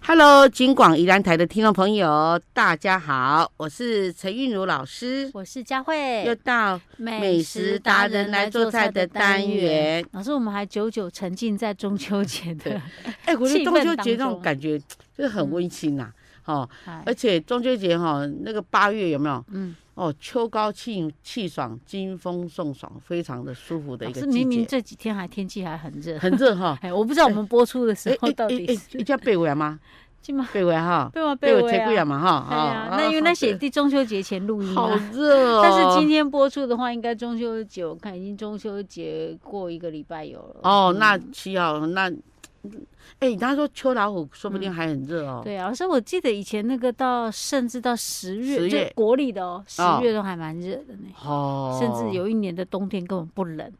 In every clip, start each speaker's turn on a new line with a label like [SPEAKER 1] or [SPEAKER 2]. [SPEAKER 1] Hello，金广宜兰台的听众朋友，大家好，我是陈韵如老师，
[SPEAKER 2] 我是佳慧，
[SPEAKER 1] 又到美食达人来做菜的单元。
[SPEAKER 2] 老师，我们还久久沉浸在中 秋节的
[SPEAKER 1] 哎、我觉得
[SPEAKER 2] 气
[SPEAKER 1] 中
[SPEAKER 2] 氛
[SPEAKER 1] 秋
[SPEAKER 2] 当
[SPEAKER 1] 节那种
[SPEAKER 2] 中
[SPEAKER 1] 感觉就是很
[SPEAKER 2] 嗯
[SPEAKER 1] 温馨呐、哦，
[SPEAKER 2] 哎，
[SPEAKER 1] 而且中秋节哈、那个八月有没有？
[SPEAKER 2] 嗯，
[SPEAKER 1] 哦，秋高气气爽，金风送爽，非常的舒服的一
[SPEAKER 2] 老
[SPEAKER 1] 个
[SPEAKER 2] 师
[SPEAKER 1] 季
[SPEAKER 2] 明明
[SPEAKER 1] 节，
[SPEAKER 2] 这几天还天气还很热，。
[SPEAKER 1] 很热哈
[SPEAKER 2] 哎，我不知道我们播出的时候
[SPEAKER 1] 哎
[SPEAKER 2] 到
[SPEAKER 1] 哎
[SPEAKER 2] 底
[SPEAKER 1] 哎，
[SPEAKER 2] 是
[SPEAKER 1] 一叫背围吗？
[SPEAKER 2] 今嘛
[SPEAKER 1] 背围哈，
[SPEAKER 2] 被我
[SPEAKER 1] 背
[SPEAKER 2] 被
[SPEAKER 1] 围
[SPEAKER 2] 我
[SPEAKER 1] 吹贵
[SPEAKER 2] 啊，
[SPEAKER 1] 嘛哈。
[SPEAKER 2] 哎呀
[SPEAKER 1] 哦，
[SPEAKER 2] 那因为
[SPEAKER 1] 哦
[SPEAKER 2] 那写地中秋节前录音
[SPEAKER 1] 好
[SPEAKER 2] 啊。
[SPEAKER 1] 热哦。
[SPEAKER 2] 但是今天播出的话，应该中秋节，我看已经中秋节过一个礼拜有了。
[SPEAKER 1] 哦，
[SPEAKER 2] 嗯
[SPEAKER 1] 那七号那，哎、他说秋老虎说不定还很热哦。
[SPEAKER 2] 对啊，老师，我记得以前那个到甚至到十月，
[SPEAKER 1] 10
[SPEAKER 2] 就
[SPEAKER 1] 月
[SPEAKER 2] 国历的哦，十
[SPEAKER 1] 哦
[SPEAKER 2] 月都还蛮热的呢。
[SPEAKER 1] 哦，
[SPEAKER 2] 甚至有一年的冬天根本不冷，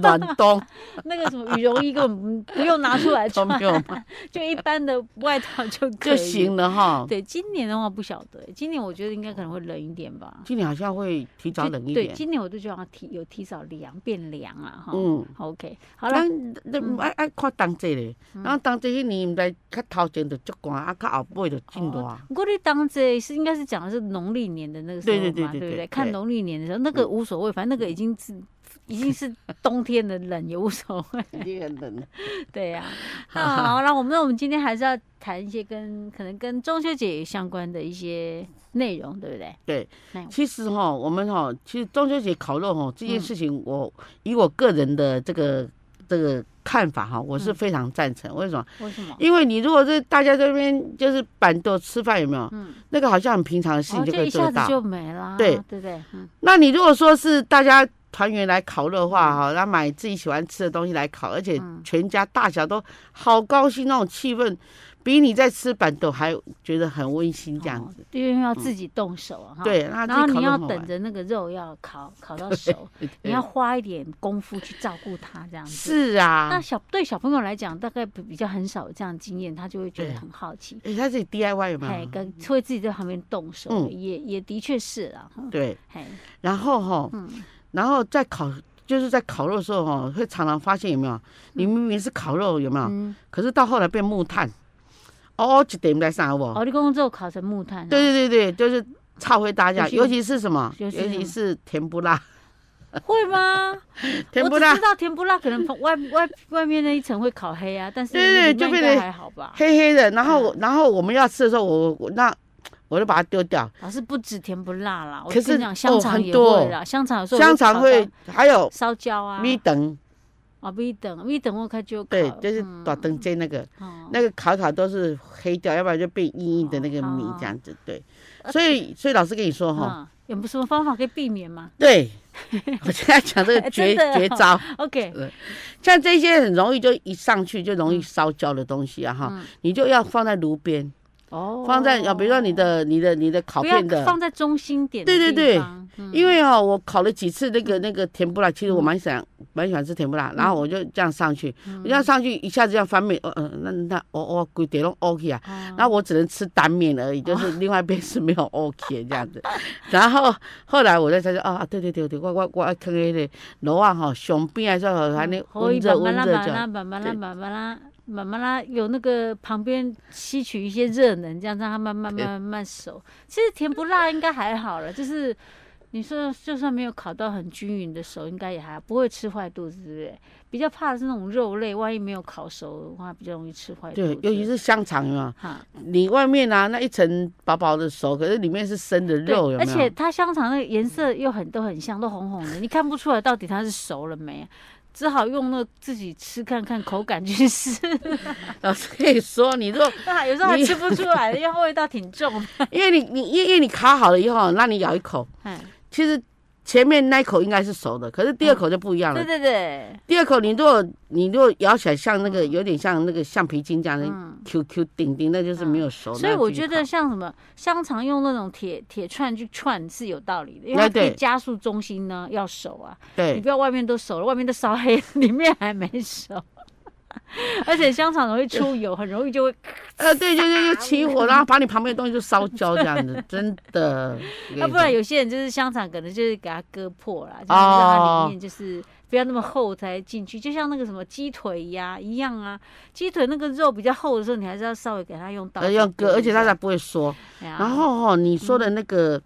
[SPEAKER 1] 暖 冬
[SPEAKER 2] 那个什么羽绒衣根本不不用拿出 来
[SPEAKER 1] 都
[SPEAKER 2] 穿，
[SPEAKER 1] 没有嘛
[SPEAKER 2] 就一般的外套就可
[SPEAKER 1] 就
[SPEAKER 2] 以
[SPEAKER 1] 行。了哈。
[SPEAKER 2] 对，今年的话不晓得，今年我觉得应该可能会冷一点吧，
[SPEAKER 1] 今年好像会提早
[SPEAKER 2] 就
[SPEAKER 1] 冷一
[SPEAKER 2] 对，
[SPEAKER 1] 点。
[SPEAKER 2] 今年我就觉得好像提有提早凉变凉啊，哈。
[SPEAKER 1] 嗯，
[SPEAKER 2] OK，好嗯了，
[SPEAKER 1] 咱咱爱爱看冬节咧，然后冬节迄年毋知较头前就足寒，啊较后尾就真热。
[SPEAKER 2] 不过你哦当这是应该是讲的是农历年的那个时候
[SPEAKER 1] 啊对
[SPEAKER 2] 嘛，
[SPEAKER 1] 对对对
[SPEAKER 2] 不
[SPEAKER 1] 对
[SPEAKER 2] 对？看
[SPEAKER 1] 对嗯
[SPEAKER 2] 农历年的时候，那个无所谓，反正那个已经是已经是冬天的冷也无所谓。
[SPEAKER 1] 已经很冷。
[SPEAKER 2] 对呀、那 好，那我们那我们今天还是要谈一些跟可能跟中秋节相关的一些内容，对不对？
[SPEAKER 1] 对
[SPEAKER 2] 哎，
[SPEAKER 1] 其实哈，我们哈，其实中秋节烤肉哈
[SPEAKER 2] 嗯
[SPEAKER 1] 这件事情，我以我个人的这个这个看法哈，我是
[SPEAKER 2] 嗯
[SPEAKER 1] 非常赞成。为什么？
[SPEAKER 2] 为什么？
[SPEAKER 1] 因为你如果是大家这边就是板凳吃饭有没有？
[SPEAKER 2] 嗯，
[SPEAKER 1] 那个好像很平常的事
[SPEAKER 2] 哦，
[SPEAKER 1] 情就
[SPEAKER 2] 就
[SPEAKER 1] 可以
[SPEAKER 2] 一
[SPEAKER 1] 做
[SPEAKER 2] 下
[SPEAKER 1] 得
[SPEAKER 2] 子
[SPEAKER 1] 到。
[SPEAKER 2] 就没啦，
[SPEAKER 1] 对
[SPEAKER 2] 对不对？嗯，
[SPEAKER 1] 那你如果说是大家团圆来烤肉的话，哈、然后买自己喜欢吃的东西来烤，而且
[SPEAKER 2] 嗯
[SPEAKER 1] 全家大小都好高兴，那种气氛比你在吃板豆还觉得很温馨这样子。
[SPEAKER 2] 哦因为要自己动手啊，哈。。
[SPEAKER 1] 对，那
[SPEAKER 2] 然后
[SPEAKER 1] 自己烤
[SPEAKER 2] 你
[SPEAKER 1] 肉
[SPEAKER 2] 要
[SPEAKER 1] 很好
[SPEAKER 2] 等
[SPEAKER 1] 玩。
[SPEAKER 2] 着那个肉要烤烤到熟，你
[SPEAKER 1] 对
[SPEAKER 2] 要花一点功夫去照顾它，这样子。
[SPEAKER 1] 是
[SPEAKER 2] 那
[SPEAKER 1] 啊，
[SPEAKER 2] 小对小朋友来讲，大概比比较很少有这样的经验，他就会觉得
[SPEAKER 1] 对
[SPEAKER 2] 很好奇，
[SPEAKER 1] 哎、他自己 DIY 有没
[SPEAKER 2] 嘿，
[SPEAKER 1] 有？
[SPEAKER 2] 跟会自己在旁边动手，
[SPEAKER 1] 嗯
[SPEAKER 2] 也也的确是啦，哈
[SPEAKER 1] 对，
[SPEAKER 2] 嘿，
[SPEAKER 1] 然后哈，
[SPEAKER 2] 嗯
[SPEAKER 1] 然后在烤。就是在烤肉的时候哦，会常常发现有没有？你明明是烤肉有没有？
[SPEAKER 2] 嗯，
[SPEAKER 1] 可是到后来变木炭，哦，一点来啥我？
[SPEAKER 2] 哦，你公肉烤成木炭、啊，
[SPEAKER 1] 对对对对，就是超会大家，
[SPEAKER 2] 尤其
[SPEAKER 1] 尤其是什么？尤
[SPEAKER 2] 尤其是什么
[SPEAKER 1] 其是甜不辣，
[SPEAKER 2] 会吗？
[SPEAKER 1] 甜不
[SPEAKER 2] 我
[SPEAKER 1] 辣
[SPEAKER 2] 只知道嗯甜不辣可能外外外面那一层会烤黑啊，但是
[SPEAKER 1] 对对
[SPEAKER 2] 里面
[SPEAKER 1] 就变
[SPEAKER 2] 应该
[SPEAKER 1] 成
[SPEAKER 2] 还好吧。
[SPEAKER 1] 黑黑的，然后然后我们要吃的时候，我我那我就把它丢掉。
[SPEAKER 2] 老师不止甜不辣啦，我
[SPEAKER 1] 可
[SPEAKER 2] 跟
[SPEAKER 1] 是
[SPEAKER 2] 你讲，
[SPEAKER 1] 哦
[SPEAKER 2] 香肠
[SPEAKER 1] 很
[SPEAKER 2] 也
[SPEAKER 1] 多
[SPEAKER 2] 会啦，香肠有时候
[SPEAKER 1] 香肠会还有
[SPEAKER 2] 烧焦啊，
[SPEAKER 1] 米等，
[SPEAKER 2] 啊米等米等我看就烤
[SPEAKER 1] 对，就是
[SPEAKER 2] 嗯
[SPEAKER 1] 短灯煎那个
[SPEAKER 2] 哦
[SPEAKER 1] 那个烤烤都是黑掉，要不然就变硬硬的那个米
[SPEAKER 2] 哦
[SPEAKER 1] 这样子。对，所以所以老师跟你说哈，
[SPEAKER 2] 嗯有什么方法可以避免吗
[SPEAKER 1] 对我现在讲这个
[SPEAKER 2] 哎
[SPEAKER 1] 绝
[SPEAKER 2] 真的哦
[SPEAKER 1] 绝招，
[SPEAKER 2] ？OK，
[SPEAKER 1] 像这些很容易就一上去就容易烧焦的东西啊哈
[SPEAKER 2] 嗯，
[SPEAKER 1] 你就要放在炉边。
[SPEAKER 2] 哦，
[SPEAKER 1] 放在啊，比如说你的、你的、你的烤
[SPEAKER 2] 不要
[SPEAKER 1] 片的，
[SPEAKER 2] 放在中心点，
[SPEAKER 1] 对对对，
[SPEAKER 2] 嗯
[SPEAKER 1] 因为哦，我烤了几次那个那个甜不辣，其实我蛮想蛮喜欢吃甜不辣，然后我就这样上去，我这样上去一下子这样翻面，呃呃，那那哦哦，规碟拢 OK 啊，
[SPEAKER 2] 哦
[SPEAKER 1] 那我只能吃单面而已，就是另外一边是没有 OK 这样子。然后后来我才才说啊，对对对对，我我我要看那个楼啊吼，上边还是安尼
[SPEAKER 2] 嗯可
[SPEAKER 1] 温
[SPEAKER 2] 以
[SPEAKER 1] 热
[SPEAKER 2] 慢
[SPEAKER 1] 温
[SPEAKER 2] 慢啦，
[SPEAKER 1] 热
[SPEAKER 2] 慢
[SPEAKER 1] 这样。对
[SPEAKER 2] 慢啦，慢慢啦，慢慢啦，慢慢啦，有那个旁边吸取一些热能，这样让它慢慢
[SPEAKER 1] 对
[SPEAKER 2] 慢慢慢熟。其实甜不辣应该还好了，就是你说就算没有烤到很均匀的熟，应该也还好不会吃坏肚子，对不对？比较怕的是那种肉类，万一没有烤熟的话，比较容易吃坏肚
[SPEAKER 1] 对
[SPEAKER 2] 子。，
[SPEAKER 1] 尤其是香肠有没有？
[SPEAKER 2] 哈，
[SPEAKER 1] 你外面啊那一层薄薄的熟，可是里面是生的
[SPEAKER 2] 对
[SPEAKER 1] 肉，有没有？
[SPEAKER 2] 而且它香肠那个颜色又很都很像，都红红的，你看不出来到底它是熟了没，啊只好用那个自己吃看看口感去试。
[SPEAKER 1] 老师可以说，你如果
[SPEAKER 2] 那有时候还
[SPEAKER 1] 你
[SPEAKER 2] 吃不出来，因为它味道挺重的。
[SPEAKER 1] 因为你你因为因为你烤好了以后，让你咬一口，
[SPEAKER 2] 哎，
[SPEAKER 1] 其实前面那一口应该是熟的，可是第二口就不一样了。
[SPEAKER 2] 嗯哎对对对，
[SPEAKER 1] 第二口你如果你如果咬起来像那个、有点像那个橡皮筋这样的、
[SPEAKER 2] 嗯。
[SPEAKER 1] q Q 顶顶，那就是没有熟。
[SPEAKER 2] 所以
[SPEAKER 1] 那
[SPEAKER 2] 我
[SPEAKER 1] 继续
[SPEAKER 2] 觉
[SPEAKER 1] 烤
[SPEAKER 2] 得像什么香肠用那种铁铁串去串是有道理的，因为它
[SPEAKER 1] 哎
[SPEAKER 2] 可以
[SPEAKER 1] 对
[SPEAKER 2] 加速中心呢要熟啊，你
[SPEAKER 1] 对
[SPEAKER 2] 不要外面都熟了，外面都烧 黑，里面还没 熟。而且香肠容易出油，很容易就会。
[SPEAKER 1] 呃对对对，就起火，然后把你旁边的东西就烧焦这样子，真的。
[SPEAKER 2] 啊要不然
[SPEAKER 1] 有
[SPEAKER 2] 有些人就是香肠，可能就是给它割破啦，就是
[SPEAKER 1] 哦
[SPEAKER 2] 让它里面就是不要那么厚才进去，就像那个什么鸡腿呀、一样啊，鸡腿那个肉比较厚的时候，你还是要稍微给它用刀
[SPEAKER 1] 呃，要割，而
[SPEAKER 2] 啊
[SPEAKER 1] 且它才不会缩。然
[SPEAKER 2] 然
[SPEAKER 1] 后哦，你说的那
[SPEAKER 2] 嗯
[SPEAKER 1] 个，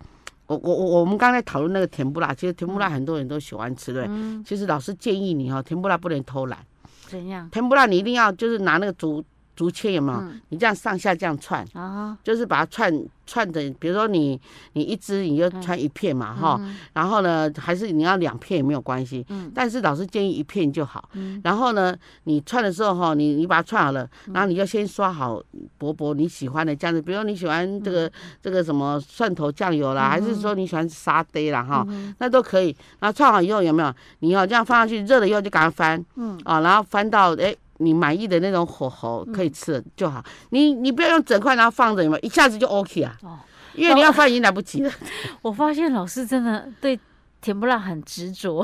[SPEAKER 1] 我我我我们刚才讨论那个甜不辣，其实甜不辣很多人都喜欢吃，对不对。
[SPEAKER 2] 嗯
[SPEAKER 1] 其实老师建议你哦，甜不辣不能偷懒，
[SPEAKER 2] 怎样
[SPEAKER 1] 甜不辣你一定要就是拿那个竹竹签有没有？
[SPEAKER 2] 嗯
[SPEAKER 1] 你这样上下这样串，
[SPEAKER 2] 啊？
[SPEAKER 1] 就是把它串串的，比如说你你一只你就
[SPEAKER 2] 嗯
[SPEAKER 1] 穿一片嘛哈，
[SPEAKER 2] 嗯
[SPEAKER 1] 然后呢还是你要两片也没有关系，
[SPEAKER 2] 嗯
[SPEAKER 1] 但是老师建议一片就好。
[SPEAKER 2] 嗯
[SPEAKER 1] 然后呢，你串的时候哈，你你把它串好了，然后你就先刷好薄薄你喜欢的酱子，比如说你喜欢这
[SPEAKER 2] 嗯
[SPEAKER 1] 个这个什么蒜头酱油啦，还是说你喜欢沙爹啦哈，
[SPEAKER 2] 嗯
[SPEAKER 1] 那都可以。然后串好以后有没有？你要这样放上去，热了以后就赶快翻
[SPEAKER 2] 嗯
[SPEAKER 1] 啊，然后翻到哎。你满意的那种火候可以吃了就好，你你不要用整块然后放着，有没有？一下子就 OK 啊，
[SPEAKER 2] 哦，
[SPEAKER 1] 因为你要翻已经来不及 了。
[SPEAKER 2] 我发现老师真的对甜不辣很执 着，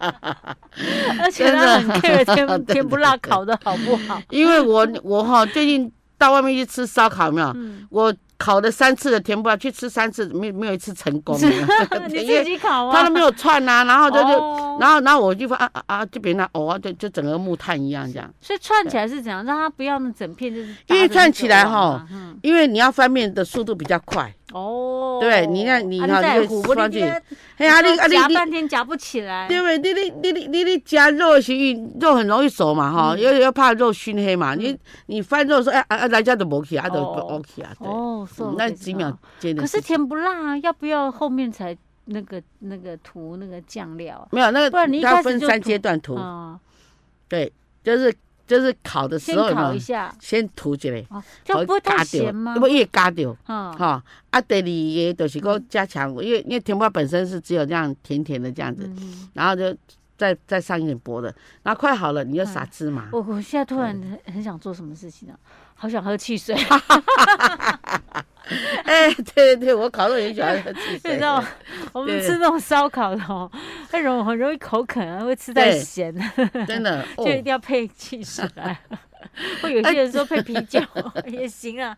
[SPEAKER 2] 而且 他很 care 甜甜不辣烤的好不好。
[SPEAKER 1] 因为我我哈最近到外面去吃烧烤，有没有？
[SPEAKER 2] 嗯，
[SPEAKER 1] 我烤了三次的甜不辣，去吃三次，没有没有一次成 功 的，
[SPEAKER 2] 你
[SPEAKER 1] 因
[SPEAKER 2] 自
[SPEAKER 1] 为
[SPEAKER 2] 己烤啊？
[SPEAKER 1] 他都没有串啊，然后就就，
[SPEAKER 2] 哦
[SPEAKER 1] 然后然后我就发啊啊啊，就别人那哦啊，就就整个木炭一样这样，
[SPEAKER 2] 所以串起来是怎样？让它不要那整片就是
[SPEAKER 1] 因为串起来
[SPEAKER 2] 哈
[SPEAKER 1] 哈，
[SPEAKER 2] 嗯
[SPEAKER 1] 因为你要翻面的速度比较快，
[SPEAKER 2] 哦，
[SPEAKER 1] 对你看你
[SPEAKER 2] 啊
[SPEAKER 1] 看
[SPEAKER 2] 再
[SPEAKER 1] 你就
[SPEAKER 2] 糊我
[SPEAKER 1] 刷
[SPEAKER 2] 那
[SPEAKER 1] 去
[SPEAKER 2] 边
[SPEAKER 1] 哎呀，你
[SPEAKER 2] 你
[SPEAKER 1] 啊
[SPEAKER 2] 说
[SPEAKER 1] 你
[SPEAKER 2] 夹
[SPEAKER 1] 你。
[SPEAKER 2] 半天夹不起来，
[SPEAKER 1] 对不对？你你你你你夹肉的时候，肉很容易熟嘛，
[SPEAKER 2] 嗯
[SPEAKER 1] 哈，因为要怕肉熏黑嘛。你你翻肉的时候，哎啊啊，人家都没去，啊都不
[SPEAKER 2] 哦
[SPEAKER 1] OK 啊，对，
[SPEAKER 2] 哦，
[SPEAKER 1] 嗯
[SPEAKER 2] 瘦
[SPEAKER 1] 那
[SPEAKER 2] 了
[SPEAKER 1] 几秒。间的
[SPEAKER 2] 可
[SPEAKER 1] 事
[SPEAKER 2] 是
[SPEAKER 1] 情。
[SPEAKER 2] 甜不辣啊，要不要后面才那个那个涂那个酱料啊？
[SPEAKER 1] 没有那个，
[SPEAKER 2] 不然你一
[SPEAKER 1] 它
[SPEAKER 2] 开始
[SPEAKER 1] 分
[SPEAKER 2] 就
[SPEAKER 1] 三
[SPEAKER 2] 涂
[SPEAKER 1] 阶段涂，
[SPEAKER 2] 啊，
[SPEAKER 1] 对，就是就是烤的
[SPEAKER 2] 先
[SPEAKER 1] 时候有没
[SPEAKER 2] 烤
[SPEAKER 1] 有
[SPEAKER 2] 一下，
[SPEAKER 1] 先涂一个，
[SPEAKER 2] 哦，这样不会太咸吗
[SPEAKER 1] 因？为会加掉，
[SPEAKER 2] 啊，
[SPEAKER 1] 哈、啊，第二个就是
[SPEAKER 2] 嗯
[SPEAKER 1] 讲加强，因为因为甜瓜本身是只有这样甜甜的这样子，
[SPEAKER 2] 嗯
[SPEAKER 1] 然后就再再上一点薄的，然后快好了你就
[SPEAKER 2] 嗯
[SPEAKER 1] 撒芝麻。
[SPEAKER 2] 我我现在突然很很想做什么事情啊，好想喝汽水，
[SPEAKER 1] 哎、对对对，我烤肉也喜欢喝汽
[SPEAKER 2] 你
[SPEAKER 1] 水
[SPEAKER 2] 知。道吗？我们
[SPEAKER 1] 对
[SPEAKER 2] 吃那种烧烤的哦，会容很容易口渴啊，会吃太
[SPEAKER 1] 对
[SPEAKER 2] 咸，
[SPEAKER 1] 真的哦
[SPEAKER 2] 就，一定要配汽水 来。或有些人说配啤酒 也行啊，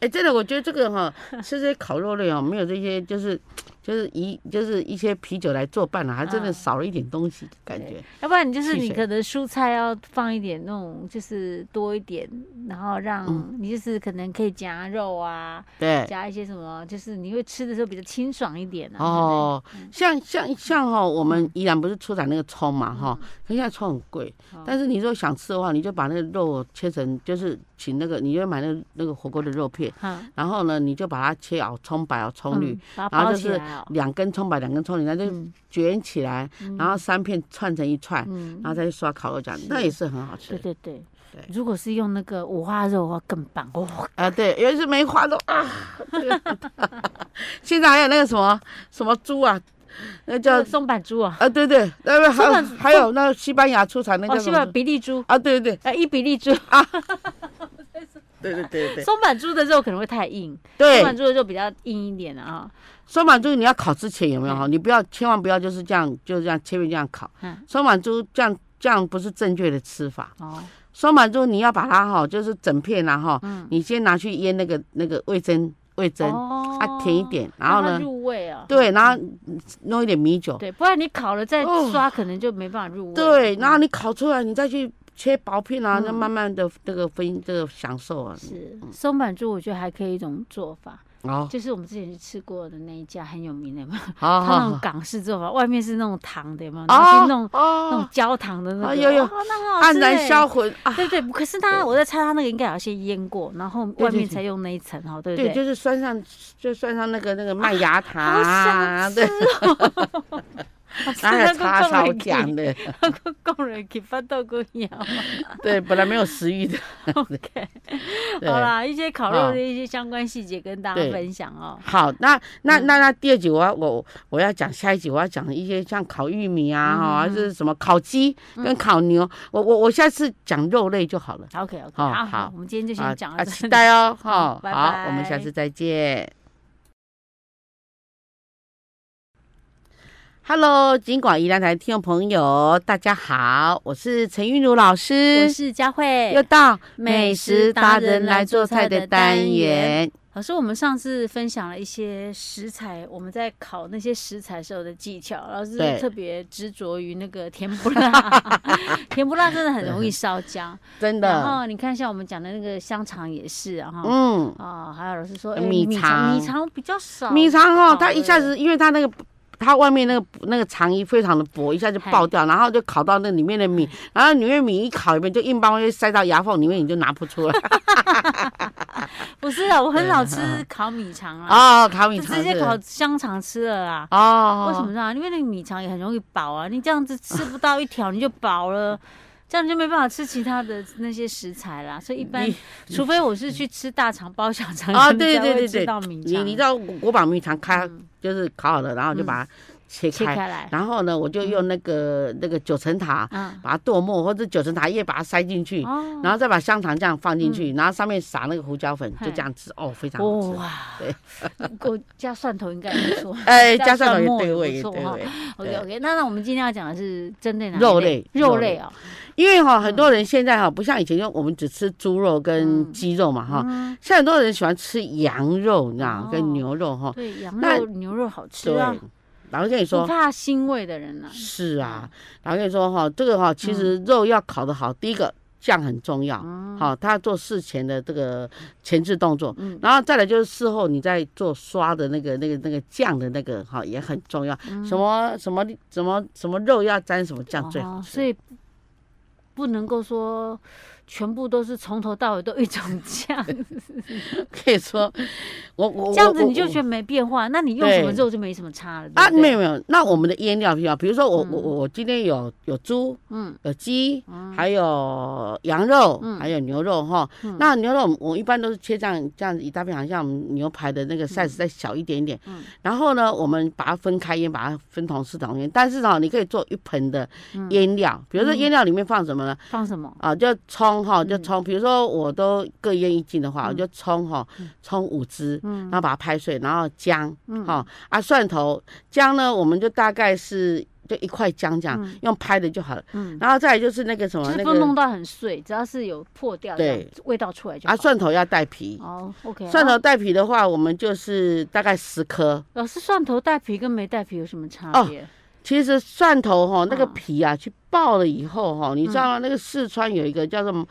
[SPEAKER 1] 哎，真的，我觉得这个哈、吃这些烤肉类哦，没有这些就是就是一就是一些啤酒来作伴了、还真的
[SPEAKER 2] 嗯
[SPEAKER 1] 少了一点东西感觉。
[SPEAKER 2] 要不然你就是
[SPEAKER 1] 汽
[SPEAKER 2] 你
[SPEAKER 1] 水
[SPEAKER 2] 可能蔬菜要放一点那种，就是多一点，然后
[SPEAKER 1] 嗯
[SPEAKER 2] 让你就是可能可以夹肉啊，
[SPEAKER 1] 对，
[SPEAKER 2] 夹一些什么，就是你会吃的时候比较清爽一点啊。
[SPEAKER 1] 哦，像像像哈、
[SPEAKER 2] 嗯
[SPEAKER 1] 我们宜兰不是出产那个葱嘛哈，可、现在葱很贵，
[SPEAKER 2] 哦
[SPEAKER 1] 但是你如果想吃的话，你就把那个肉切成，就是请那个，你就买那个那个火锅的肉片，
[SPEAKER 2] 对不对，哈，
[SPEAKER 1] 然后呢，你就把它切好，葱白哦，葱绿
[SPEAKER 2] 嗯，，把
[SPEAKER 1] 然
[SPEAKER 2] 它
[SPEAKER 1] 后
[SPEAKER 2] 包
[SPEAKER 1] 就
[SPEAKER 2] 起
[SPEAKER 1] 是
[SPEAKER 2] 来哦。
[SPEAKER 1] 两根葱白，两根葱绿，然后就
[SPEAKER 2] 嗯
[SPEAKER 1] 卷起来，然后三片串成一串，
[SPEAKER 2] 嗯
[SPEAKER 1] 然，后再去刷烤肉酱，
[SPEAKER 2] 是
[SPEAKER 1] 那也是很好吃
[SPEAKER 2] 对对对
[SPEAKER 1] 对。
[SPEAKER 2] 如果是用那个五花肉的话，更棒哦！
[SPEAKER 1] 啊、对，尤其是梅花肉啊，这个现在还有那个什么什么猪啊，那
[SPEAKER 2] 那
[SPEAKER 1] 叫
[SPEAKER 2] 个松板猪啊，
[SPEAKER 1] 啊，对对，那边还
[SPEAKER 2] 松
[SPEAKER 1] 有
[SPEAKER 2] 板
[SPEAKER 1] 还有那西班牙出产那
[SPEAKER 2] 哦，
[SPEAKER 1] 个
[SPEAKER 2] 西
[SPEAKER 1] 什
[SPEAKER 2] 班牙
[SPEAKER 1] 么？
[SPEAKER 2] 比利猪，
[SPEAKER 1] 啊，对对
[SPEAKER 2] 呃，伊比利猪，
[SPEAKER 1] 对对对对
[SPEAKER 2] 松板猪的肉可能会太硬，松板
[SPEAKER 1] 对，
[SPEAKER 2] 猪的肉比较硬一点啊。
[SPEAKER 1] 松板猪你要烤之前有没有哈？你不要千万不要就是这样就这样切片这样烤
[SPEAKER 2] 嗯，
[SPEAKER 1] 松板猪这样这样不是正确的吃法。
[SPEAKER 2] 哦，
[SPEAKER 1] 松板猪你要把它哈就是整片然后
[SPEAKER 2] 嗯
[SPEAKER 1] 你先拿去腌那个那个味噌味噌，
[SPEAKER 2] 哦
[SPEAKER 1] 啊甜一，点，然后
[SPEAKER 2] 让它
[SPEAKER 1] 呢
[SPEAKER 2] 入味啊。
[SPEAKER 1] 对，然后弄一点米酒，
[SPEAKER 2] 对，不然你烤了再
[SPEAKER 1] 哦
[SPEAKER 2] 刷，可能就没办法入味。
[SPEAKER 1] 对，
[SPEAKER 2] 嗯
[SPEAKER 1] 然后你烤出来你再去切薄片啊，
[SPEAKER 2] 嗯
[SPEAKER 1] 那慢慢的这个分这个享受啊，
[SPEAKER 2] 是松板猪，我觉得还可以一种做法，
[SPEAKER 1] 哦，
[SPEAKER 2] 就是我们之前去吃过的那一家很有名的嘛，
[SPEAKER 1] 好
[SPEAKER 2] 它那
[SPEAKER 1] 好
[SPEAKER 2] 种
[SPEAKER 1] 好。
[SPEAKER 2] 港式做法，外面是那种糖的嘛，然后
[SPEAKER 1] 哦
[SPEAKER 2] 啊去弄那
[SPEAKER 1] 哦
[SPEAKER 2] 种焦糖的那
[SPEAKER 1] 啊
[SPEAKER 2] 个，
[SPEAKER 1] 有有
[SPEAKER 2] 哦那很好
[SPEAKER 1] 黯
[SPEAKER 2] 吃
[SPEAKER 1] 然
[SPEAKER 2] 欸
[SPEAKER 1] 销魂啊！
[SPEAKER 2] 对对，可是它，我在猜它那个应该要先腌过，然后
[SPEAKER 1] 对
[SPEAKER 2] 外面
[SPEAKER 1] 对
[SPEAKER 2] 才用那一层哦，对不
[SPEAKER 1] 对，
[SPEAKER 2] 对？
[SPEAKER 1] 就是拴上，就拴上那个那个麦芽糖，啊
[SPEAKER 2] 好啊想哦
[SPEAKER 1] 对， 拿来叉烧酱
[SPEAKER 2] 讲，
[SPEAKER 1] 的，
[SPEAKER 2] 我讲人去发到过腰。
[SPEAKER 1] 对，本来没有食欲的，
[SPEAKER 2] OK，
[SPEAKER 1] 对。
[SPEAKER 2] 好啦，一些烤肉
[SPEAKER 1] 好
[SPEAKER 2] 的一些相关细节跟大家
[SPEAKER 1] 对
[SPEAKER 2] 分享哦。
[SPEAKER 1] 好，那那
[SPEAKER 2] 嗯
[SPEAKER 1] 那那第二集我要我我要讲下一集我要讲一些像烤玉米
[SPEAKER 2] 嗯
[SPEAKER 1] 啊哈，还是什么烤鸡跟烤牛，我我我下次讲肉类就好了
[SPEAKER 2] OK OK，
[SPEAKER 1] 好
[SPEAKER 2] 好，
[SPEAKER 1] 好
[SPEAKER 2] 我们今天就
[SPEAKER 1] 啊
[SPEAKER 2] 先讲
[SPEAKER 1] 啊，
[SPEAKER 2] 到
[SPEAKER 1] 期
[SPEAKER 2] 这里。
[SPEAKER 1] 待哦
[SPEAKER 2] 好
[SPEAKER 1] 哈，
[SPEAKER 2] 嗯拜
[SPEAKER 1] 好，我们下
[SPEAKER 2] 拜
[SPEAKER 1] 次再见。 Hello，金广宜兰台的听众朋友，大家好，我是陈韵如老
[SPEAKER 2] 我
[SPEAKER 1] 师，
[SPEAKER 2] 是佳慧
[SPEAKER 1] 又。到
[SPEAKER 2] 美
[SPEAKER 1] 美
[SPEAKER 2] 食
[SPEAKER 1] 食
[SPEAKER 2] 达
[SPEAKER 1] 达
[SPEAKER 2] 人
[SPEAKER 1] 人
[SPEAKER 2] 来
[SPEAKER 1] 来做
[SPEAKER 2] 做菜
[SPEAKER 1] 菜
[SPEAKER 2] 的
[SPEAKER 1] 的
[SPEAKER 2] 单
[SPEAKER 1] 单
[SPEAKER 2] 元
[SPEAKER 1] 元。
[SPEAKER 2] 老师，我们上次分享了一些食材，我们在烤那些食材时候的技巧。老师
[SPEAKER 1] 对
[SPEAKER 2] 特别执着于那个甜不辣， 甜不辣真的很容易烧焦。
[SPEAKER 1] 真
[SPEAKER 2] 然
[SPEAKER 1] 的，
[SPEAKER 2] 后你看，像我们讲的那个香肠也是啊，哈、
[SPEAKER 1] 嗯，
[SPEAKER 2] 啊，还有老师说、哎
[SPEAKER 1] 米
[SPEAKER 2] 肠，
[SPEAKER 1] 肠
[SPEAKER 2] 米肠比较少，
[SPEAKER 1] 米肠
[SPEAKER 2] 好
[SPEAKER 1] 哦
[SPEAKER 2] 了，
[SPEAKER 1] 它一下子，因为它那个。它外面那个那个肠衣非常的薄，一下就爆
[SPEAKER 2] 哎
[SPEAKER 1] 掉，然后就烤到那里面的米，然后里面米一烤里面就硬邦邦就塞到牙缝里面，你就拿不出来。
[SPEAKER 2] 不是啊，我很少吃烤米肠啊，
[SPEAKER 1] 哦，烤米
[SPEAKER 2] 就
[SPEAKER 1] 肠
[SPEAKER 2] 直接
[SPEAKER 1] 是
[SPEAKER 2] 烤香肠吃了啦。
[SPEAKER 1] 哦，
[SPEAKER 2] 为什么呢？因为那个米肠也很容易饱啊，你这样子吃不到一条你就饱 了，这样就没办法吃其他的那些食材啦。所以一般
[SPEAKER 1] 你，
[SPEAKER 2] 除非我是去吃大肠包小肠
[SPEAKER 1] 啊
[SPEAKER 2] 才
[SPEAKER 1] 对对
[SPEAKER 2] 会
[SPEAKER 1] 对
[SPEAKER 2] 吃
[SPEAKER 1] 对
[SPEAKER 2] 到米
[SPEAKER 1] 你
[SPEAKER 2] 肠，
[SPEAKER 1] 你知道我我把米肠开就是烤好了，然后我就
[SPEAKER 2] 嗯
[SPEAKER 1] 把它切
[SPEAKER 2] 切
[SPEAKER 1] 开，
[SPEAKER 2] 开来，
[SPEAKER 1] 然后呢，我就用那个那个九层塔
[SPEAKER 2] 嗯，
[SPEAKER 1] 把它剁末，或者九层塔叶把它塞进去，
[SPEAKER 2] 哦，嗯
[SPEAKER 1] 然后再把香肠这样放进去，然后上面撒那个胡椒粉，
[SPEAKER 2] 嘿
[SPEAKER 1] 就这样吃，哦，非常好吃。
[SPEAKER 2] 哇
[SPEAKER 1] 对，
[SPEAKER 2] 我加蒜头应该也不错。
[SPEAKER 1] 哎，
[SPEAKER 2] 加
[SPEAKER 1] 加上
[SPEAKER 2] 蒜
[SPEAKER 1] 也
[SPEAKER 2] 末也
[SPEAKER 1] 对
[SPEAKER 2] 不
[SPEAKER 1] 味，也
[SPEAKER 2] 错
[SPEAKER 1] 对
[SPEAKER 2] 哈
[SPEAKER 1] 味。
[SPEAKER 2] OK
[SPEAKER 1] 对
[SPEAKER 2] OK，那那我们今天要讲的是针对哪一
[SPEAKER 1] 肉
[SPEAKER 2] 类
[SPEAKER 1] 类？
[SPEAKER 2] 肉
[SPEAKER 1] 肉
[SPEAKER 2] 类
[SPEAKER 1] 类
[SPEAKER 2] 哦，
[SPEAKER 1] 因为哈，很多人现在哈不像以前，就我们只吃猪肉跟
[SPEAKER 2] 嗯
[SPEAKER 1] 鸡肉嘛哈，
[SPEAKER 2] 嗯，
[SPEAKER 1] 现在很多人喜欢吃羊肉，你知道
[SPEAKER 2] 哦
[SPEAKER 1] 吗跟牛肉哈。
[SPEAKER 2] 对，羊
[SPEAKER 1] 那
[SPEAKER 2] 肉、牛肉好吃
[SPEAKER 1] 对
[SPEAKER 2] 啊，，
[SPEAKER 1] 然后跟你
[SPEAKER 2] 不
[SPEAKER 1] 说，
[SPEAKER 2] 怕腥味的人呢。
[SPEAKER 1] 是啊，然后跟你说哈，这个哈，其实
[SPEAKER 2] 嗯
[SPEAKER 1] 肉要烤得好，第一个酱很重要，好，它要做事前的这个前置动作
[SPEAKER 2] 哦嗯，
[SPEAKER 1] 然后再来就是事后你在做刷的那个那个那个酱的那个哈也很重要，
[SPEAKER 2] 嗯
[SPEAKER 1] 什么什么什么什么肉要沾什么酱最好
[SPEAKER 2] 哦
[SPEAKER 1] 吃
[SPEAKER 2] 所，以不能够说全部都是从头到尾都一种 酱，
[SPEAKER 1] 可以说，我我我
[SPEAKER 2] 这样子你就
[SPEAKER 1] 我
[SPEAKER 2] 觉得没变化，那你用什么
[SPEAKER 1] 对
[SPEAKER 2] 肉就没什么差了。对嗯
[SPEAKER 1] 啊，
[SPEAKER 2] 不对
[SPEAKER 1] 没有没有，那我们的腌料需要，比如说我我我我今天有有猪，
[SPEAKER 2] 嗯，
[SPEAKER 1] 有鸡，还有羊肉，还有牛肉哈。
[SPEAKER 2] 嗯
[SPEAKER 1] 那牛肉我一般都是切这样这样子一大片，好像我们牛排的那个 size 再小一点点。
[SPEAKER 2] 嗯
[SPEAKER 1] 然后呢，我们把它分开腌，把它分同四同腌。但是哈，你可以做一盆的
[SPEAKER 2] 嗯
[SPEAKER 1] 腌料，比如说腌料里面放什么呢？
[SPEAKER 2] 放什么？
[SPEAKER 1] 啊，就葱哈，
[SPEAKER 2] 嗯
[SPEAKER 1] 就葱。比如说我都各腌一斤的话，我就葱哈，
[SPEAKER 2] 嗯
[SPEAKER 1] 葱五只，然后把它拍碎，然后姜，哈啊蒜头，姜呢我们就大概是就一块姜这样用拍的就好了。
[SPEAKER 2] 嗯，
[SPEAKER 1] 然后再来就是那个什
[SPEAKER 2] 就
[SPEAKER 1] 么
[SPEAKER 2] 是
[SPEAKER 1] 那
[SPEAKER 2] 不弄
[SPEAKER 1] 个
[SPEAKER 2] 到很碎，只要是有破掉，
[SPEAKER 1] 对
[SPEAKER 2] 这样味道出来就好。
[SPEAKER 1] 啊蒜头要带皮，
[SPEAKER 2] 哦，OK，
[SPEAKER 1] 蒜
[SPEAKER 2] 啊
[SPEAKER 1] 头带皮的话，我们就是大概十颗。
[SPEAKER 2] 老师蒜头带皮跟没带皮有什么差
[SPEAKER 1] 哦
[SPEAKER 2] 别？
[SPEAKER 1] 其实蒜头哈那个
[SPEAKER 2] 嗯
[SPEAKER 1] 皮啊去爆了以后哈，你知道吗？那个四川有一个叫什么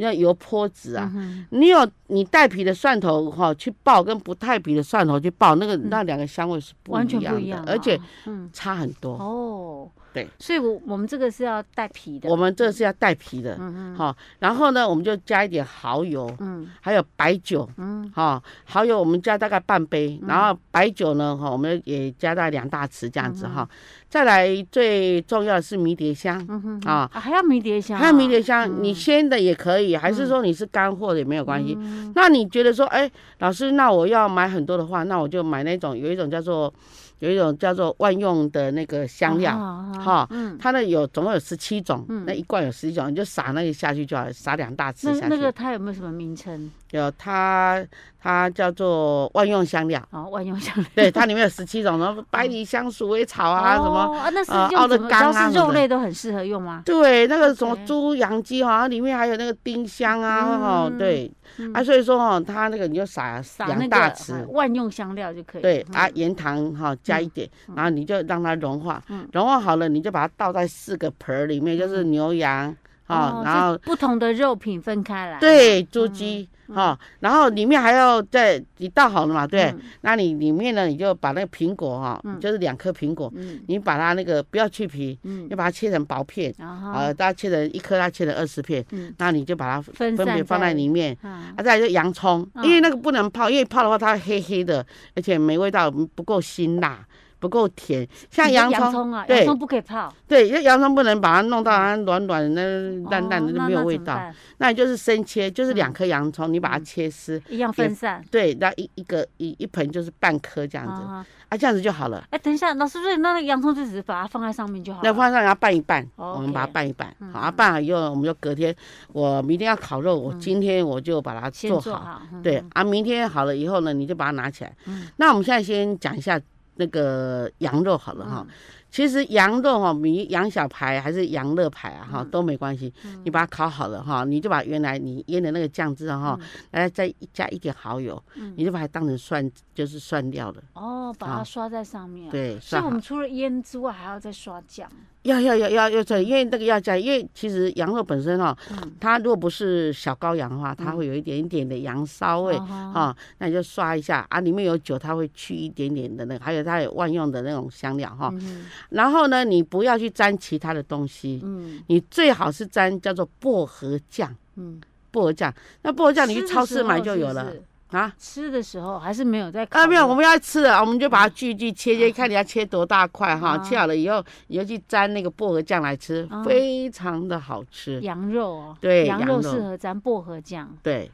[SPEAKER 1] 叫油泼子啊，
[SPEAKER 2] 嗯
[SPEAKER 1] 你有你带皮的蒜头哈、去爆，跟不带皮的蒜头去爆，那个、那两个香味是不
[SPEAKER 2] 嗯完
[SPEAKER 1] 一
[SPEAKER 2] 全
[SPEAKER 1] 样的，
[SPEAKER 2] 不一样啊，
[SPEAKER 1] 而且
[SPEAKER 2] 嗯
[SPEAKER 1] 差很多。
[SPEAKER 2] 哦，
[SPEAKER 1] 对，
[SPEAKER 2] 所以我我们这个是要带皮的，
[SPEAKER 1] 我们这是要带皮的，
[SPEAKER 2] 嗯
[SPEAKER 1] 好、然后呢，我们就加一点蚝油，
[SPEAKER 2] 嗯
[SPEAKER 1] 还有白酒，
[SPEAKER 2] 嗯
[SPEAKER 1] 哈、蚝油我们加大概半杯，然后白酒呢，哈、我们也加大概两大匙这样子哈、再来最重要的是迷迭香，
[SPEAKER 2] 嗯哼，
[SPEAKER 1] 啊
[SPEAKER 2] 啊还要迷迭香啊，
[SPEAKER 1] 还有迷迭香，你鲜的也可以，还是
[SPEAKER 2] 嗯
[SPEAKER 1] 说你是干货的也没有关系。那你觉得说，哎，老师，那我要买很多的话，那我就买那种有一种叫做有一种叫做万用的那个香料，
[SPEAKER 2] 啊啊
[SPEAKER 1] 哈
[SPEAKER 2] 嗯，
[SPEAKER 1] 它那有总共有十七种，那一罐有十七种，你就撒那个下去就好，撒两大匙
[SPEAKER 2] 那
[SPEAKER 1] 下
[SPEAKER 2] 那个
[SPEAKER 1] 去。
[SPEAKER 2] 它有没有什么名称？
[SPEAKER 1] 有它它叫做万用香 料，
[SPEAKER 2] 哦，万 用香料
[SPEAKER 1] 对，它里面有十七种，然后百里香、鼠尾草啊什么。
[SPEAKER 2] 哦啊，那是
[SPEAKER 1] 呃
[SPEAKER 2] 用
[SPEAKER 1] 奥勒
[SPEAKER 2] 什么？只
[SPEAKER 1] 冈
[SPEAKER 2] 要
[SPEAKER 1] 啊
[SPEAKER 2] 是
[SPEAKER 1] 什么
[SPEAKER 2] 肉
[SPEAKER 1] 的
[SPEAKER 2] 类都很适合用吗？
[SPEAKER 1] 对，那个什么
[SPEAKER 2] OK
[SPEAKER 1] 猪、羊、鸡好像里面还有那个丁香啊，哦，
[SPEAKER 2] 嗯
[SPEAKER 1] 对，啊，所以说哦，它那个你就撒
[SPEAKER 2] 撒那
[SPEAKER 1] 两
[SPEAKER 2] 个
[SPEAKER 1] 大
[SPEAKER 2] 呃
[SPEAKER 1] 匙，
[SPEAKER 2] 万用香料就可以。
[SPEAKER 1] 对
[SPEAKER 2] 嗯
[SPEAKER 1] 啊，盐糖哈加一点，然后你就让它融化，
[SPEAKER 2] 嗯
[SPEAKER 1] 融化好了你就把它倒在四个盆儿里面，就是牛羊啊
[SPEAKER 2] 哦，，
[SPEAKER 1] 然
[SPEAKER 2] 就
[SPEAKER 1] 后
[SPEAKER 2] 不同的肉品分开来。
[SPEAKER 1] 对猪
[SPEAKER 2] 嗯
[SPEAKER 1] 鸡哈，然后里面还要再你倒好了嘛，对，
[SPEAKER 2] 嗯
[SPEAKER 1] 那你里面呢你就把那个苹果哈，就是两颗苹果，
[SPEAKER 2] 嗯，
[SPEAKER 1] 你把它那个不要去皮，
[SPEAKER 2] 嗯
[SPEAKER 1] 你把它切成薄片。
[SPEAKER 2] 然
[SPEAKER 1] 啊，
[SPEAKER 2] 后
[SPEAKER 1] 大家切成一颗，它切成二十片，
[SPEAKER 2] 嗯
[SPEAKER 1] 那你就把它
[SPEAKER 2] 分
[SPEAKER 1] 分别
[SPEAKER 2] 散
[SPEAKER 1] 放在里面。
[SPEAKER 2] 啊，
[SPEAKER 1] 啊，再来就洋葱，
[SPEAKER 2] 嗯
[SPEAKER 1] 因为那个不能泡，因为泡的话它会黑黑的，而且没味道，不够辛辣，不够甜。像
[SPEAKER 2] 你说
[SPEAKER 1] 洋
[SPEAKER 2] 洋
[SPEAKER 1] 葱，
[SPEAKER 2] 葱啊，
[SPEAKER 1] 对
[SPEAKER 2] 洋葱不可以泡，
[SPEAKER 1] 对，那洋葱不能把它弄到它软软的、烂烂的
[SPEAKER 2] 哦
[SPEAKER 1] 就
[SPEAKER 2] 那
[SPEAKER 1] 没有
[SPEAKER 2] 那
[SPEAKER 1] 味
[SPEAKER 2] 怎么
[SPEAKER 1] 道。
[SPEAKER 2] 办
[SPEAKER 1] 那你就是生切，就是
[SPEAKER 2] 嗯
[SPEAKER 1] 两颗洋葱，你把它切丝，
[SPEAKER 2] 一样分散。
[SPEAKER 1] 对，那一一个一一盆就是半颗这样子，
[SPEAKER 2] 啊，
[SPEAKER 1] 啊，这样子就好了。
[SPEAKER 2] 哎，等一下，老师，所以那个洋葱就只是把它放在上面就好
[SPEAKER 1] 那
[SPEAKER 2] 了。
[SPEAKER 1] 放上，然后拌一拌，
[SPEAKER 2] 哦 OK 嗯
[SPEAKER 1] 我们把它拌一拌，好，啊拌好以后，我们就隔天，我明天要烤肉，我今天我就把它
[SPEAKER 2] 嗯先
[SPEAKER 1] 做
[SPEAKER 2] 做
[SPEAKER 1] 好，
[SPEAKER 2] 好。嗯
[SPEAKER 1] 对啊，明天好了以
[SPEAKER 2] 嗯
[SPEAKER 1] 后呢，你就把它拿起来。那我们现在先讲一下那个羊肉好了哈。其实羊肉哈，你羊小排还是羊肋排啊哈
[SPEAKER 2] 嗯
[SPEAKER 1] 都没关系，你把它烤好了哈，你就把原来你腌的那个酱汁啊哈，来再加一点蚝油，
[SPEAKER 2] 嗯
[SPEAKER 1] 你就把它当成蒜就是蒜料了。
[SPEAKER 2] 哦，把
[SPEAKER 1] 啊
[SPEAKER 2] 它刷在上面。，
[SPEAKER 1] 对，
[SPEAKER 2] 嗯所以
[SPEAKER 1] 蒜
[SPEAKER 2] 我
[SPEAKER 1] 好
[SPEAKER 2] 们除了腌之外，还要再刷酱。
[SPEAKER 1] 要要要要要这，因为那个要加，因为其实羊肉本身哈，
[SPEAKER 2] 嗯，
[SPEAKER 1] 它如果不是小羔羊的话，它会有一点一点的羊骚味。
[SPEAKER 2] 啊，
[SPEAKER 1] 哈、那你就刷一下啊，里面有酒，它会去一点点的那个，还有它有万用的那种香料哈、
[SPEAKER 2] 嗯哼
[SPEAKER 1] 然后呢，你不要去沾其他的东西，
[SPEAKER 2] 嗯
[SPEAKER 1] 你最好是沾叫做薄荷酱，
[SPEAKER 2] 嗯，
[SPEAKER 1] 薄荷酱。那薄荷酱你
[SPEAKER 2] 吃
[SPEAKER 1] 去
[SPEAKER 2] 的
[SPEAKER 1] 超市
[SPEAKER 2] 时
[SPEAKER 1] 买
[SPEAKER 2] 候
[SPEAKER 1] 就是有
[SPEAKER 2] 不
[SPEAKER 1] 了
[SPEAKER 2] 是
[SPEAKER 1] 啊。
[SPEAKER 2] 吃的时候还是没有在烤
[SPEAKER 1] 啊，没有，
[SPEAKER 2] 肉嗯
[SPEAKER 1] 我们要吃的，我们就把它锯一锯切切，看你要切多大块哈。
[SPEAKER 2] 啊
[SPEAKER 1] 切好了以后，你就去沾那个薄荷酱来吃，
[SPEAKER 2] 啊
[SPEAKER 1] 非常的好吃。
[SPEAKER 2] 羊肉哦，
[SPEAKER 1] 对
[SPEAKER 2] 羊
[SPEAKER 1] 羊
[SPEAKER 2] 肉
[SPEAKER 1] 肉
[SPEAKER 2] 适合沾薄荷酱。
[SPEAKER 1] 对，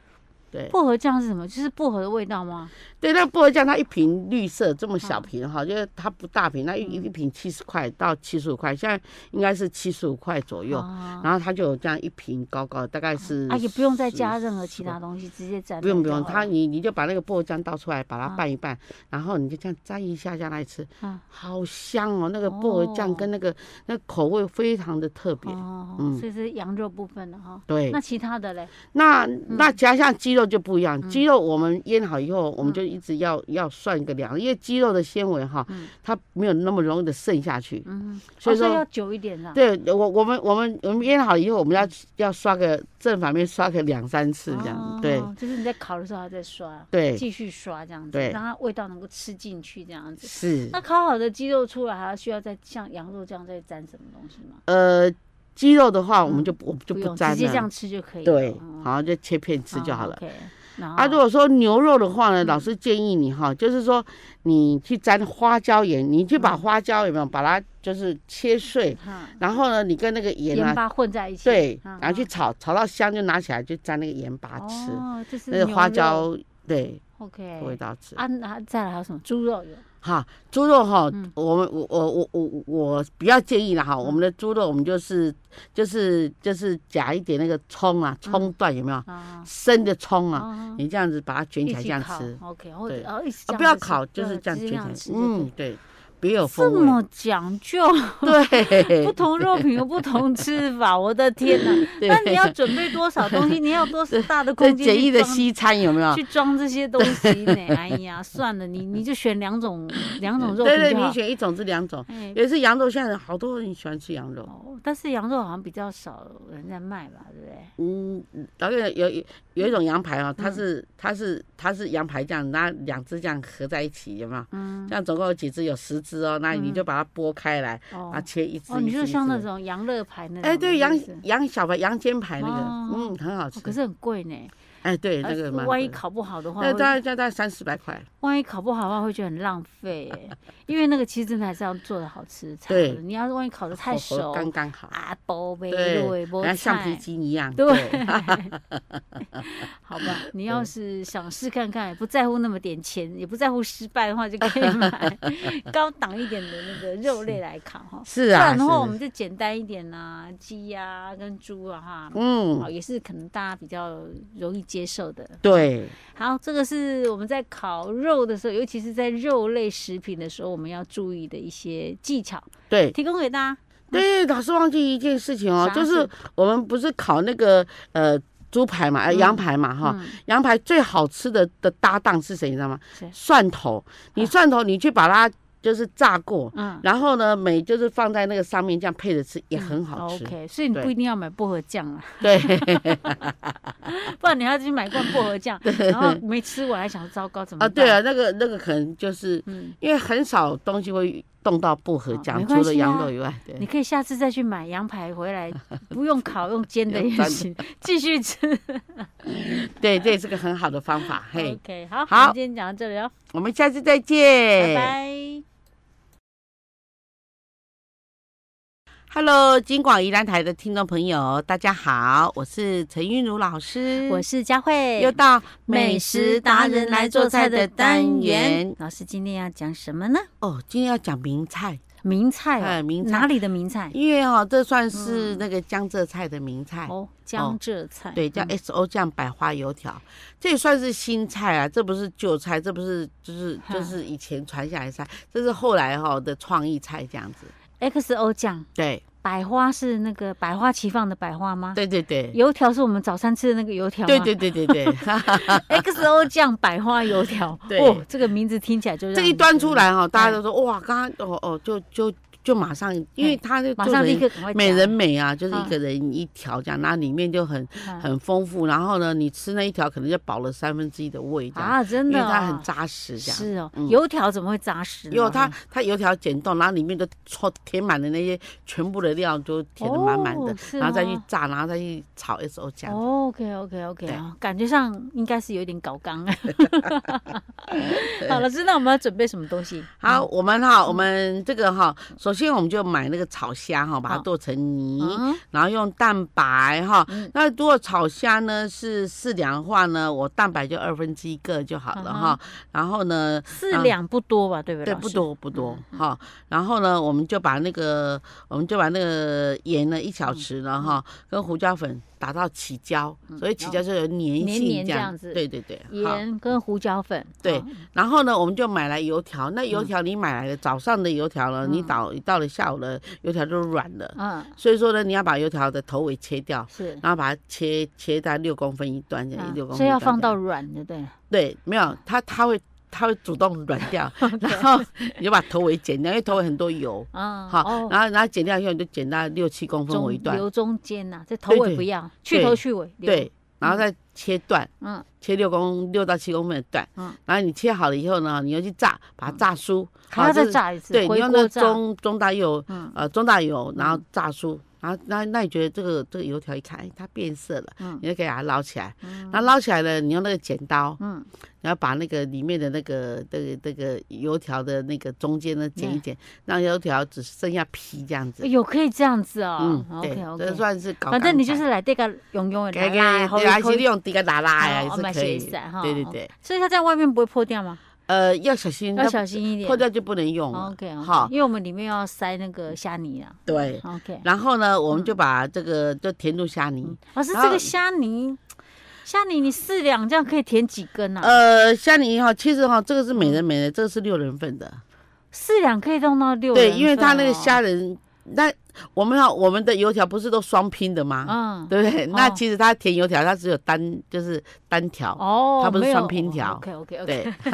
[SPEAKER 1] 对，
[SPEAKER 2] 薄荷酱是什么？就是薄荷的味道吗？
[SPEAKER 1] 对，那薄荷酱它一瓶绿色这么小
[SPEAKER 2] 嗯
[SPEAKER 1] 瓶哈，就是它不大瓶，那一一瓶七十块到七十五块，现在应该是七十五块左右。
[SPEAKER 2] 啊
[SPEAKER 1] 然后它就有这样一瓶高高的，大概是
[SPEAKER 2] 啊，也不用再加
[SPEAKER 1] 10
[SPEAKER 2] 任何其他东西，直接沾。
[SPEAKER 1] 不用不用，它你你就把那个薄荷酱倒出来，把
[SPEAKER 2] 嗯
[SPEAKER 1] 它拌一拌，然后你就这样沾一下下来吃，
[SPEAKER 2] 啊
[SPEAKER 1] 好香哦！那个薄荷酱跟那个、那口味非常的特别。
[SPEAKER 2] 哦，
[SPEAKER 1] 嗯
[SPEAKER 2] 所以是羊肉部分的哈。
[SPEAKER 1] 对
[SPEAKER 2] 那，其他的嘞？
[SPEAKER 1] 那
[SPEAKER 2] 嗯
[SPEAKER 1] 那加上鸡肉就不一样，鸡肉我们腌好以后，我们
[SPEAKER 2] 嗯
[SPEAKER 1] 就一直要要涮个凉，因为鸡肉的纤维哈，它没有那么容易的渗下去，
[SPEAKER 2] 嗯，
[SPEAKER 1] 所以
[SPEAKER 2] 哦
[SPEAKER 1] 说
[SPEAKER 2] 要久一点啦。
[SPEAKER 1] 对我我们我们我们腌好以后，我
[SPEAKER 2] 嗯
[SPEAKER 1] 们要要刷个正反面刷个两三次这样，
[SPEAKER 2] 哦
[SPEAKER 1] 对，
[SPEAKER 2] 就是你在烤的时候还在刷，
[SPEAKER 1] 对
[SPEAKER 2] 继续刷这样子，
[SPEAKER 1] 对
[SPEAKER 2] 让它味道能够吃进去这样子。
[SPEAKER 1] 是
[SPEAKER 2] 那烤好的鸡肉出来，还要需要再像羊肉这样再沾什么东西吗？
[SPEAKER 1] 呃鸡肉的话，我们就不我们就
[SPEAKER 2] 嗯不用，
[SPEAKER 1] 不
[SPEAKER 2] 直
[SPEAKER 1] 沾
[SPEAKER 2] 接这样
[SPEAKER 1] 了，
[SPEAKER 2] 吃就可以了。
[SPEAKER 1] 对
[SPEAKER 2] 嗯，
[SPEAKER 1] 好就切片吃就好了。。
[SPEAKER 2] 嗯，OK，然后
[SPEAKER 1] 啊，如果说牛肉的话呢，
[SPEAKER 2] 嗯
[SPEAKER 1] 老师建议你哈，就是说你去沾花椒盐，你去
[SPEAKER 2] 嗯
[SPEAKER 1] 把花椒有没有把它就是切碎，
[SPEAKER 2] 哈
[SPEAKER 1] 然后呢，你跟那个盐
[SPEAKER 2] 嗯盐
[SPEAKER 1] 啊，
[SPEAKER 2] 巴混在一起，
[SPEAKER 1] 对，
[SPEAKER 2] 嗯
[SPEAKER 1] 然后去炒，炒到香就拿起来就沾那个盐巴吃，
[SPEAKER 2] 哦，就是
[SPEAKER 1] 那个
[SPEAKER 2] 牛
[SPEAKER 1] 花
[SPEAKER 2] 肉
[SPEAKER 1] 椒对味
[SPEAKER 2] OK。
[SPEAKER 1] 道吃。
[SPEAKER 2] 啊，那再来还有什么？猪肉有，
[SPEAKER 1] 哈，猪肉哈
[SPEAKER 2] 嗯，
[SPEAKER 1] 我们我我我我我比较建议啦哈，我们的猪肉我们就是就是就是夹一点那个葱啊，
[SPEAKER 2] 嗯
[SPEAKER 1] 葱段有没有？
[SPEAKER 2] 啊，
[SPEAKER 1] 生的葱啊，
[SPEAKER 2] 啊
[SPEAKER 1] 你这样子把它卷
[SPEAKER 2] 一
[SPEAKER 1] 起来这
[SPEAKER 2] 起
[SPEAKER 1] 样
[SPEAKER 2] 烤
[SPEAKER 1] 吃。
[SPEAKER 2] ，OK，或
[SPEAKER 1] 对
[SPEAKER 2] 者哦一起
[SPEAKER 1] 啊，
[SPEAKER 2] 这样
[SPEAKER 1] 不要
[SPEAKER 2] 子吃
[SPEAKER 1] 烤，就是
[SPEAKER 2] 对
[SPEAKER 1] 这样
[SPEAKER 2] 直
[SPEAKER 1] 卷
[SPEAKER 2] 接
[SPEAKER 1] 起
[SPEAKER 2] 这
[SPEAKER 1] 来
[SPEAKER 2] 样
[SPEAKER 1] 吃。
[SPEAKER 2] 吃就可以
[SPEAKER 1] 嗯，对，别有
[SPEAKER 2] 这
[SPEAKER 1] 风味。
[SPEAKER 2] 么讲究，
[SPEAKER 1] 对，
[SPEAKER 2] 不同肉品有不同吃法，我的天哪！
[SPEAKER 1] 对
[SPEAKER 2] 那你要准备多少 东西？你要多大的
[SPEAKER 1] 这
[SPEAKER 2] 空间
[SPEAKER 1] 简易
[SPEAKER 2] 去
[SPEAKER 1] 的
[SPEAKER 2] 装
[SPEAKER 1] 西餐有没有？
[SPEAKER 2] 去装这些东西 呢？哎呀，算了，你你就选两种两种肉
[SPEAKER 1] 对
[SPEAKER 2] 品
[SPEAKER 1] 对，
[SPEAKER 2] 就
[SPEAKER 1] 你
[SPEAKER 2] 好。
[SPEAKER 1] 选一种是两种，
[SPEAKER 2] 哎，
[SPEAKER 1] 也是羊肉。现在人好多人喜欢吃羊肉。
[SPEAKER 2] 哦，但是羊肉好像比较少人在卖吧，对不对？
[SPEAKER 1] 嗯，导演有有有一种羊排啊，它
[SPEAKER 2] 嗯
[SPEAKER 1] 是它是它是羊排这样，拿两只这样合在一起，有没有？
[SPEAKER 2] 嗯，
[SPEAKER 1] 这样总共有几只？有十只哦。那你就把它剥开来，啊，
[SPEAKER 2] 哦
[SPEAKER 1] 切一只。
[SPEAKER 2] 哦，
[SPEAKER 1] 一
[SPEAKER 2] 你
[SPEAKER 1] 只
[SPEAKER 2] 就
[SPEAKER 1] 一
[SPEAKER 2] 像
[SPEAKER 1] 只
[SPEAKER 2] 那
[SPEAKER 1] 的
[SPEAKER 2] 种羊乐牌那种，
[SPEAKER 1] 哎，对，羊
[SPEAKER 2] 是不是
[SPEAKER 1] 羊小排、羊肩排那个，
[SPEAKER 2] 哦
[SPEAKER 1] 嗯，很好吃
[SPEAKER 2] 哦。可是很贵呢。
[SPEAKER 1] 哎，对，
[SPEAKER 2] 呃
[SPEAKER 1] 那个蛮
[SPEAKER 2] 万一
[SPEAKER 1] 贵的
[SPEAKER 2] 烤不哦好的话
[SPEAKER 1] 那
[SPEAKER 2] 会，
[SPEAKER 1] 大概大概三四百块，
[SPEAKER 2] 万一烤不好的话，会觉得很浪费 耶，因为那个其实真的还是要做的好吃才好
[SPEAKER 1] 对
[SPEAKER 2] 的。你要是万一烤的太
[SPEAKER 1] 火候
[SPEAKER 2] 熟，
[SPEAKER 1] 刚刚好，
[SPEAKER 2] 啊，包呗，
[SPEAKER 1] 对，
[SPEAKER 2] 不
[SPEAKER 1] 像橡皮筋一样，
[SPEAKER 2] 对，好吧，你要是想试看看，也不在乎那么点钱，也不在乎失败的话，就可以买 高档一点的那个肉类来烤哈。
[SPEAKER 1] 是
[SPEAKER 2] 不
[SPEAKER 1] 啊，
[SPEAKER 2] 然的
[SPEAKER 1] 是
[SPEAKER 2] 话，我们就简单一点啦、鸡呀、跟猪啊哈，好
[SPEAKER 1] 嗯，
[SPEAKER 2] 也是可能大家比较容易接受的。
[SPEAKER 1] 对，
[SPEAKER 2] 好，这个是我们在烤肉的时候，尤其是在肉类食品的时候，我们要注意的一些技巧，
[SPEAKER 1] 对，
[SPEAKER 2] 提供给大家。
[SPEAKER 1] 对，老师忘记一件事情哦，
[SPEAKER 2] 啥
[SPEAKER 1] 就是
[SPEAKER 2] 事
[SPEAKER 1] 我们不是烤那个呃猪排嘛，呃
[SPEAKER 2] 嗯
[SPEAKER 1] 羊排嘛哈，
[SPEAKER 2] 嗯，
[SPEAKER 1] 羊排最好吃的的搭档是谁，你知道吗
[SPEAKER 2] 谁？
[SPEAKER 1] 蒜头，你
[SPEAKER 2] 啊
[SPEAKER 1] 蒜头你去把它就是炸过，
[SPEAKER 2] 嗯，
[SPEAKER 1] 然后呢，每就是放在那个上面这样配着吃，也很好吃。
[SPEAKER 2] OK，所以你
[SPEAKER 1] 对
[SPEAKER 2] 不一定要买薄荷酱啊，
[SPEAKER 1] 对，
[SPEAKER 2] 不然你还要去买罐薄荷酱，然后没吃完还想糟糕怎么
[SPEAKER 1] 啊，
[SPEAKER 2] 办？
[SPEAKER 1] 对啊，那个那个可能就是
[SPEAKER 2] 嗯，
[SPEAKER 1] 因为很少东西会动到薄荷
[SPEAKER 2] 哦
[SPEAKER 1] 酱，
[SPEAKER 2] 没
[SPEAKER 1] 除
[SPEAKER 2] 关
[SPEAKER 1] 了
[SPEAKER 2] 系
[SPEAKER 1] 羊
[SPEAKER 2] 啊
[SPEAKER 1] 肉以外，对
[SPEAKER 2] 你可以下次再去买羊排回 来，不用烤，用煎的
[SPEAKER 1] 用
[SPEAKER 2] 也
[SPEAKER 1] 沾的
[SPEAKER 2] 行，继续吃。
[SPEAKER 1] 对，这也是个很好的方法。嘿，
[SPEAKER 2] OK，好，哎
[SPEAKER 1] 好
[SPEAKER 2] 我们今天讲到这里哦，
[SPEAKER 1] 我们下次再见，
[SPEAKER 2] 拜拜。
[SPEAKER 1] Hello，金广宜兰台的听众朋友，大家好，我是陈韵如老师，
[SPEAKER 2] 我是佳慧，
[SPEAKER 1] 又到
[SPEAKER 2] 美食达人来做菜的单元。老师今天要讲什么呢？
[SPEAKER 1] 哦。今天要讲名菜，
[SPEAKER 2] 名菜哦、
[SPEAKER 1] 哎名菜
[SPEAKER 2] 哪里的名菜？
[SPEAKER 1] 因为哦，这算
[SPEAKER 2] 嗯
[SPEAKER 1] 是那个江浙菜的名菜，
[SPEAKER 2] 哦，江浙菜。嗯
[SPEAKER 1] 对，叫 S O 酱百花油条，这也算是新菜啊，这不是旧菜，这不是就是
[SPEAKER 2] 哈
[SPEAKER 1] 就是以前传下来的菜，这是后来哈的创意菜这样子。
[SPEAKER 2] XO 酱，
[SPEAKER 1] 对
[SPEAKER 2] 百花是那个百花齐放的百花吗？
[SPEAKER 1] 对对对。
[SPEAKER 2] 油条是我们早餐吃的那个油条吗？
[SPEAKER 1] 对对对对对，
[SPEAKER 2] XO 酱百花油条，
[SPEAKER 1] 对
[SPEAKER 2] 哦，这个名字听起来就让嗯
[SPEAKER 1] 这一
[SPEAKER 2] 人
[SPEAKER 1] 端
[SPEAKER 2] 觉
[SPEAKER 1] 出
[SPEAKER 2] 得，
[SPEAKER 1] 来哈，大家都说哇，刚刚哦哦，就就就马上，因为它就
[SPEAKER 2] 马
[SPEAKER 1] 做
[SPEAKER 2] 上
[SPEAKER 1] 成
[SPEAKER 2] 立刻赶快
[SPEAKER 1] 美
[SPEAKER 2] 夹
[SPEAKER 1] 人美啊，就是
[SPEAKER 2] 啊
[SPEAKER 1] 一个人一条这样，那里面就很
[SPEAKER 2] 啊
[SPEAKER 1] 很丰富，然后呢，你吃那一条可能就饱了三分之一的胃这样，
[SPEAKER 2] 啊，真
[SPEAKER 1] 因为
[SPEAKER 2] 的、哦，
[SPEAKER 1] 它很扎实这样。
[SPEAKER 2] 是哦，
[SPEAKER 1] 嗯
[SPEAKER 2] 油条怎么会扎实啊呢？
[SPEAKER 1] 因为它它油条剪断，然后里面都戳填满了那些全部的料，都填的满满的
[SPEAKER 2] 哦，是
[SPEAKER 1] 然后再去
[SPEAKER 2] 吗
[SPEAKER 1] 炸，然后再去炒 S O 酱。
[SPEAKER 2] 哦 OK OK OK，
[SPEAKER 1] 对
[SPEAKER 2] 啊，感觉上应该是有点 搞 刚。好，老师，那我们要准备什么东西？
[SPEAKER 1] 好，我们
[SPEAKER 2] 嗯
[SPEAKER 1] 哈，我们这个哈，首先我们就买那个炒虾哈，把它
[SPEAKER 2] 好
[SPEAKER 1] 剁成泥，
[SPEAKER 2] 嗯，
[SPEAKER 1] 然后用蛋白哈
[SPEAKER 2] 嗯。
[SPEAKER 1] 那如果炒虾呢是四两的话呢，我蛋白就二分之一个就好了
[SPEAKER 2] 嗯
[SPEAKER 1] 哈。然后呢，
[SPEAKER 2] 四两不多吧，对不对？
[SPEAKER 1] 对，
[SPEAKER 2] 老
[SPEAKER 1] 不
[SPEAKER 2] 师。嗯
[SPEAKER 1] 多不多哈。然后呢，我们就把那个我们就把那个盐呢一小
[SPEAKER 2] 嗯
[SPEAKER 1] 匙呢哈，跟胡椒粉打到起胶，
[SPEAKER 2] 嗯
[SPEAKER 1] 所以起胶就有粘
[SPEAKER 2] 黏
[SPEAKER 1] 性
[SPEAKER 2] 黏
[SPEAKER 1] 这
[SPEAKER 2] 这
[SPEAKER 1] 样
[SPEAKER 2] 样子
[SPEAKER 1] 对对对，好。
[SPEAKER 2] 盐跟胡椒粉，
[SPEAKER 1] 对
[SPEAKER 2] 好
[SPEAKER 1] 然后呢，我们就买来油条。那油条你买来的早上的油条呢，你
[SPEAKER 2] 嗯
[SPEAKER 1] 到到了下午的油条就软了。
[SPEAKER 2] 嗯，
[SPEAKER 1] 所以说呢，你要把油条的头尾切掉，
[SPEAKER 2] 是，
[SPEAKER 1] 然后把它切切在六公分一段，这
[SPEAKER 2] 啊
[SPEAKER 1] 样六公分一段这样。
[SPEAKER 2] 所以要放到软的，对，
[SPEAKER 1] 对，没有它它会它会主动软 掉，然后你就把头尾剪掉，因为头尾很多油。
[SPEAKER 2] 啊，
[SPEAKER 1] 好，
[SPEAKER 2] 哦
[SPEAKER 1] 然后然后剪掉以后你就剪到六七公分
[SPEAKER 2] 中
[SPEAKER 1] 为一段，
[SPEAKER 2] 留中间呐，这头
[SPEAKER 1] 对
[SPEAKER 2] 尾
[SPEAKER 1] 对
[SPEAKER 2] 不要，去头去尾，留，
[SPEAKER 1] 对，然后再切断，
[SPEAKER 2] 嗯，
[SPEAKER 1] 切六公六到七公分的段，
[SPEAKER 2] 嗯
[SPEAKER 1] 然后你切好了以后呢，你又去炸，把它炸酥，
[SPEAKER 2] 还要
[SPEAKER 1] 这
[SPEAKER 2] 再
[SPEAKER 1] 是
[SPEAKER 2] 炸一次，
[SPEAKER 1] 对，你
[SPEAKER 2] 回
[SPEAKER 1] 用那
[SPEAKER 2] 锅炸，
[SPEAKER 1] 中中大油，
[SPEAKER 2] 嗯
[SPEAKER 1] 呃，中大油，然后炸酥，然后那那你觉得这个这个油条一看，哎，它变色了，
[SPEAKER 2] 嗯
[SPEAKER 1] 你就可以把它捞起来，
[SPEAKER 2] 嗯
[SPEAKER 1] 然后捞起来了，你用那个剪刀，
[SPEAKER 2] 嗯，
[SPEAKER 1] 然后把那个里面的那个那个那个油条的那个中间呢剪一剪，让油条只剩下皮这样子
[SPEAKER 2] 嗯哎。呦，可以这样子哦
[SPEAKER 1] 嗯，
[SPEAKER 2] ，OK
[SPEAKER 1] 对，
[SPEAKER 2] OK，
[SPEAKER 1] 这算是搞。
[SPEAKER 2] 反正你就是来这个用用的
[SPEAKER 1] 给
[SPEAKER 2] 来
[SPEAKER 1] 给，
[SPEAKER 2] 拉，
[SPEAKER 1] 对啊，是利用这个拉拉呀，
[SPEAKER 2] 哦
[SPEAKER 1] 也
[SPEAKER 2] 我们
[SPEAKER 1] 是可
[SPEAKER 2] 学
[SPEAKER 1] 以
[SPEAKER 2] 一下哈。
[SPEAKER 1] 对对对，
[SPEAKER 2] 所以它在外面不会破掉吗？
[SPEAKER 1] 呃，要小心，
[SPEAKER 2] 要小心一点。
[SPEAKER 1] 破掉就不能用了。
[SPEAKER 2] OK，
[SPEAKER 1] 好
[SPEAKER 2] 因为我们里面要塞那个虾泥啊。
[SPEAKER 1] 对，
[SPEAKER 2] OK，
[SPEAKER 1] 然后呢，我们
[SPEAKER 2] 嗯
[SPEAKER 1] 就把这个就填入虾泥。
[SPEAKER 2] 老师，
[SPEAKER 1] 然
[SPEAKER 2] 这
[SPEAKER 1] 后
[SPEAKER 2] 个虾泥，虾泥你四两这样可以填几根啊？
[SPEAKER 1] 呃，虾泥哈，其实哈，这个是每人
[SPEAKER 2] 嗯
[SPEAKER 1] 每人，这个是六人份的。
[SPEAKER 2] 四两可以弄到六人
[SPEAKER 1] 对，
[SPEAKER 2] 份哦
[SPEAKER 1] 因为它那个，虾仁，那我们哈，我们的油条不是都双拼的吗？
[SPEAKER 2] 嗯，
[SPEAKER 1] 对不对？那
[SPEAKER 2] 哦
[SPEAKER 1] 其实它甜油条，它只有单，就是单条。
[SPEAKER 2] 哦，
[SPEAKER 1] 它不是
[SPEAKER 2] 没有
[SPEAKER 1] 双拼条
[SPEAKER 2] OK OK OK，
[SPEAKER 1] 对，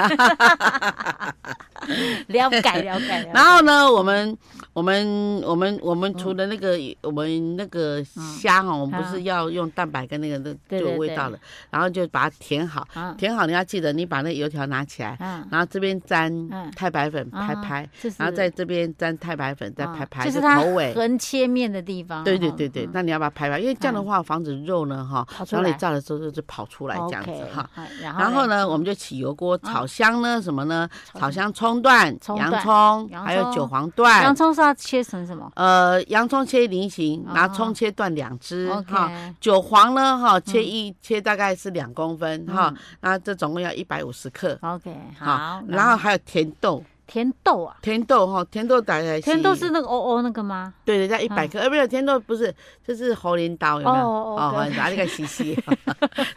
[SPEAKER 2] 了解了解。
[SPEAKER 1] 然后呢，我们我们我们我
[SPEAKER 2] 嗯
[SPEAKER 1] 们除了那个我们那个虾哈，我们不是要用蛋白跟那个那
[SPEAKER 2] 对
[SPEAKER 1] 就
[SPEAKER 2] 对
[SPEAKER 1] 有味
[SPEAKER 2] 对
[SPEAKER 1] 道了，然后就把它填好，
[SPEAKER 2] 啊
[SPEAKER 1] 填好你要记得你把那个油条拿起来，
[SPEAKER 2] 啊，
[SPEAKER 1] 然后这边沾
[SPEAKER 2] 嗯
[SPEAKER 1] 太白粉拍拍，
[SPEAKER 2] 就是
[SPEAKER 1] 然后在这边沾太白粉再
[SPEAKER 2] 啊
[SPEAKER 1] 拍拍，
[SPEAKER 2] 就是
[SPEAKER 1] 就
[SPEAKER 2] 它
[SPEAKER 1] 头尾。
[SPEAKER 2] 横切面的地方。
[SPEAKER 1] 对对
[SPEAKER 2] 哦
[SPEAKER 1] 对对
[SPEAKER 2] 嗯，
[SPEAKER 1] 那你要把它拍拍，因为这样的话防止肉呢哈
[SPEAKER 2] 跑，出
[SPEAKER 1] 然后你
[SPEAKER 2] 来
[SPEAKER 1] 炸的时候就是跑出来这样子
[SPEAKER 2] OK，
[SPEAKER 1] 哈。
[SPEAKER 2] 哎然
[SPEAKER 1] 然后
[SPEAKER 2] 嘞，嗯
[SPEAKER 1] 呢，我们就起油锅炒香呢，什么呢？
[SPEAKER 2] 炒
[SPEAKER 1] 炒香葱段、
[SPEAKER 2] 葱
[SPEAKER 1] 洋
[SPEAKER 2] 段
[SPEAKER 1] 葱，
[SPEAKER 2] 洋
[SPEAKER 1] 还有
[SPEAKER 2] 葱
[SPEAKER 1] 韭黄
[SPEAKER 2] 洋
[SPEAKER 1] 段。
[SPEAKER 2] 葱是要切成什么
[SPEAKER 1] 呃，洋葱切菱形，拿
[SPEAKER 2] 哦
[SPEAKER 1] 葱切断两只哈。
[SPEAKER 2] ？OK，
[SPEAKER 1] 韭黄呢哈，切一切大概是两公分哈
[SPEAKER 2] 嗯，
[SPEAKER 1] 那这总共要一百五十克。
[SPEAKER 2] OK，
[SPEAKER 1] 哈
[SPEAKER 2] 好。
[SPEAKER 1] 然后还有甜豆，
[SPEAKER 2] 甜豆啊，
[SPEAKER 1] 甜豆哈，甜豆大概
[SPEAKER 2] 甜豆是那个哦哦那个吗？
[SPEAKER 1] 对人家一百克，呃，不是甜豆不是，就是猴镰刀有没有？
[SPEAKER 2] 哦哦 哦对
[SPEAKER 1] 拿那个洗洗，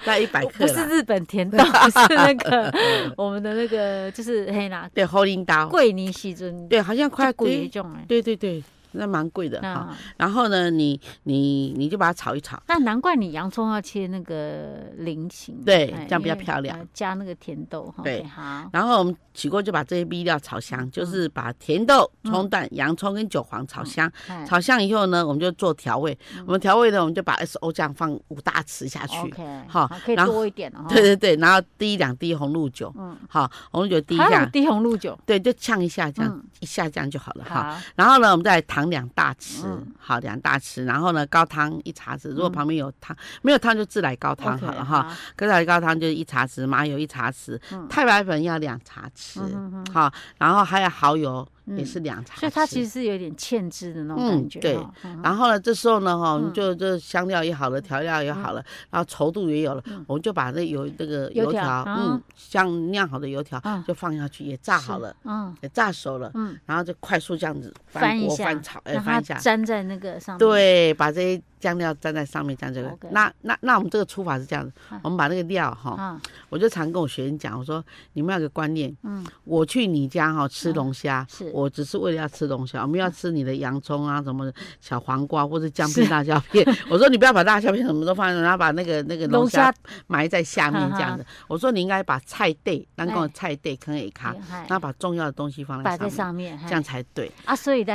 [SPEAKER 1] 那一百克
[SPEAKER 2] 不是
[SPEAKER 1] 啦。
[SPEAKER 2] 日本甜 豆，是那个
[SPEAKER 1] 嗯
[SPEAKER 2] 我们的那个就是黑啦，
[SPEAKER 1] 对，猴镰刀，
[SPEAKER 2] 桂林喜尊，
[SPEAKER 1] 对，好像快
[SPEAKER 2] 贵一
[SPEAKER 1] 对
[SPEAKER 2] 种哎。
[SPEAKER 1] 对对对，那蛮贵的哈。
[SPEAKER 2] 那嗯
[SPEAKER 1] 然后呢，你你你就把它炒一炒，
[SPEAKER 2] 那难怪你洋葱要切那个菱形，
[SPEAKER 1] 对
[SPEAKER 2] 哎
[SPEAKER 1] 这样比较
[SPEAKER 2] 因为
[SPEAKER 1] 漂亮
[SPEAKER 2] 呃加那个甜豆，哈
[SPEAKER 1] 对
[SPEAKER 2] OK，好，
[SPEAKER 1] 然后我们起锅就把这些味料炒
[SPEAKER 2] 嗯
[SPEAKER 1] 香，就是把甜豆、葱段、洋葱跟韭黄炒香。
[SPEAKER 2] 哎嗯
[SPEAKER 1] 炒香以后呢，我们就做调味。我们调味呢，我们就把 SO 酱放五大匙下去。
[SPEAKER 2] 哦 OK，
[SPEAKER 1] 好
[SPEAKER 2] 可以
[SPEAKER 1] 然后
[SPEAKER 2] 多一点哦。
[SPEAKER 1] 对对对，然后滴两滴红露酒，
[SPEAKER 2] 嗯，
[SPEAKER 1] 好，红露酒滴一
[SPEAKER 2] 还有
[SPEAKER 1] 下，
[SPEAKER 2] 低红露酒，
[SPEAKER 1] 对，就呛一下，这样、
[SPEAKER 2] 嗯
[SPEAKER 1] 一下这样就好了哈。
[SPEAKER 2] 好，
[SPEAKER 1] 然后呢，我们再来糖两大匙，
[SPEAKER 2] 嗯
[SPEAKER 1] 好，两大匙。然后呢，高汤一茶匙。如果旁边有汤，没有汤就自来高汤
[SPEAKER 2] OK，
[SPEAKER 1] 好了哈。，自来高汤就是一茶匙，麻油一茶匙，
[SPEAKER 2] 嗯
[SPEAKER 1] 太白粉要两茶匙，
[SPEAKER 2] 嗯哼哼
[SPEAKER 1] 好，然后还有蚝油
[SPEAKER 2] 嗯
[SPEAKER 1] 也是两茶匙。
[SPEAKER 2] 所以它其实是有点芡汁的那
[SPEAKER 1] 嗯
[SPEAKER 2] 种感觉，
[SPEAKER 1] 对
[SPEAKER 2] 哈，嗯
[SPEAKER 1] 然后呢，这时候呢，哈、你就就香料也好了，调料也好了，然后稠度也有了，我们就把那油那个
[SPEAKER 2] 嗯油
[SPEAKER 1] 油
[SPEAKER 2] 条
[SPEAKER 1] 条，嗯
[SPEAKER 2] 啊，
[SPEAKER 1] 像酿好的油条
[SPEAKER 2] 啊
[SPEAKER 1] 就放下去，也炸好了，，
[SPEAKER 2] 是嗯，
[SPEAKER 1] 也炸熟了，
[SPEAKER 2] 嗯
[SPEAKER 1] 然后就快速这样子
[SPEAKER 2] 翻一
[SPEAKER 1] 锅
[SPEAKER 2] 下
[SPEAKER 1] 翻炒，哎，
[SPEAKER 2] 让
[SPEAKER 1] 翻
[SPEAKER 2] 它
[SPEAKER 1] 一下，
[SPEAKER 2] 粘在那个上面。
[SPEAKER 1] 对，把这些酱料沾在上面，这样就可以
[SPEAKER 2] OK
[SPEAKER 1] 那那那我们这个出法是这样子
[SPEAKER 2] 啊，
[SPEAKER 1] 我们把那个料哈，
[SPEAKER 2] 啊，
[SPEAKER 1] 我就常跟我学生讲，我说你们要有个观念，
[SPEAKER 2] 嗯，
[SPEAKER 1] 我去你家哈吃龙虾
[SPEAKER 2] 是，
[SPEAKER 1] 我只是为了要吃龙虾，我们要吃你的洋葱啊什么的，小黄瓜或者姜 片、大虾片。我说你不要把大虾片什么都放，在那，然后把那个那个龙
[SPEAKER 2] 龙
[SPEAKER 1] 虾
[SPEAKER 2] 虾
[SPEAKER 1] 埋在下面这样
[SPEAKER 2] 哈
[SPEAKER 1] 子。我说你应该把菜地，咱讲的
[SPEAKER 2] 哎
[SPEAKER 1] 菜地坑给它，
[SPEAKER 2] 嗨
[SPEAKER 1] 然后把重要的东西放
[SPEAKER 2] 摆
[SPEAKER 1] 在
[SPEAKER 2] 在
[SPEAKER 1] 上面，
[SPEAKER 2] 哎上面，
[SPEAKER 1] 这
[SPEAKER 2] 嘿
[SPEAKER 1] 样才对。
[SPEAKER 2] 啊，所以咱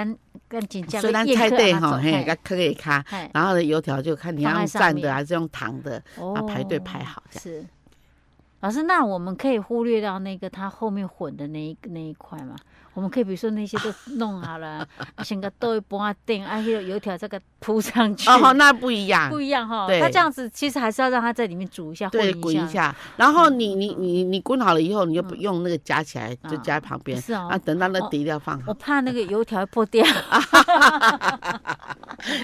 [SPEAKER 2] 咱真正
[SPEAKER 1] 所以咱
[SPEAKER 2] 要
[SPEAKER 1] 菜
[SPEAKER 2] 宴客
[SPEAKER 1] 地
[SPEAKER 2] 啊
[SPEAKER 1] 吼，
[SPEAKER 2] 走哎
[SPEAKER 1] 嘿，
[SPEAKER 2] 嘿
[SPEAKER 1] 给它坑给它，
[SPEAKER 2] 嘿
[SPEAKER 1] 然后呢油条就看你
[SPEAKER 2] 放
[SPEAKER 1] 要
[SPEAKER 2] 在
[SPEAKER 1] 用
[SPEAKER 2] 上
[SPEAKER 1] 蘸的
[SPEAKER 2] 面
[SPEAKER 1] 还是用糖的，
[SPEAKER 2] 哦
[SPEAKER 1] 排队排好这样
[SPEAKER 2] 是。老师，那我们可以忽略掉那个它后面混的那一那一块嘛？我们可以比如说那些都弄好了， 啊先个豆一波定，啊，那个油条再给它铺上去，
[SPEAKER 1] 哦，那不一样
[SPEAKER 2] 不。一样哈。
[SPEAKER 1] 对
[SPEAKER 2] 它这样子其实还是要让它在里面煮一下，
[SPEAKER 1] 对，
[SPEAKER 2] 混
[SPEAKER 1] 滚一，下，然后你你你你滚好了以后，你就不
[SPEAKER 2] 嗯
[SPEAKER 1] 用那个夹起来，就
[SPEAKER 2] 啊
[SPEAKER 1] 夹在旁边。
[SPEAKER 2] 是哦
[SPEAKER 1] 啊，。等到那
[SPEAKER 2] 哦
[SPEAKER 1] 底料放好，
[SPEAKER 2] 我怕那个油条破 掉，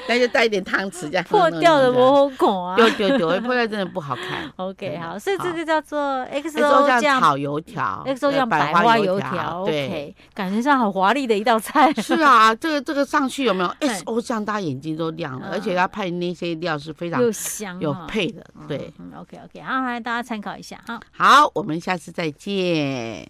[SPEAKER 1] 那就带一点汤匙这样
[SPEAKER 2] 破掉的哦
[SPEAKER 1] 我
[SPEAKER 2] 蘑菇啊。
[SPEAKER 1] 丢丢丢，破掉真的不好看。
[SPEAKER 2] OK，
[SPEAKER 1] 真的
[SPEAKER 2] 好，所以
[SPEAKER 1] 好
[SPEAKER 2] 这个叫做
[SPEAKER 1] XO
[SPEAKER 2] XO
[SPEAKER 1] 酱
[SPEAKER 2] 酱
[SPEAKER 1] 炒油条
[SPEAKER 2] ，XO
[SPEAKER 1] 对
[SPEAKER 2] 酱百花油条
[SPEAKER 1] 对。
[SPEAKER 2] ，OK，感觉上很华丽的一道菜。
[SPEAKER 1] 是啊，这个这个上去有没有
[SPEAKER 2] 对
[SPEAKER 1] XO 酱？大家眼睛都亮了，
[SPEAKER 2] 嗯
[SPEAKER 1] 而且它配那些料是非常
[SPEAKER 2] 又香
[SPEAKER 1] 啊有
[SPEAKER 2] 哈
[SPEAKER 1] 配的。对，
[SPEAKER 2] 嗯嗯，OK OK，好，来大家参考一下啊。
[SPEAKER 1] 好，我们下次再见。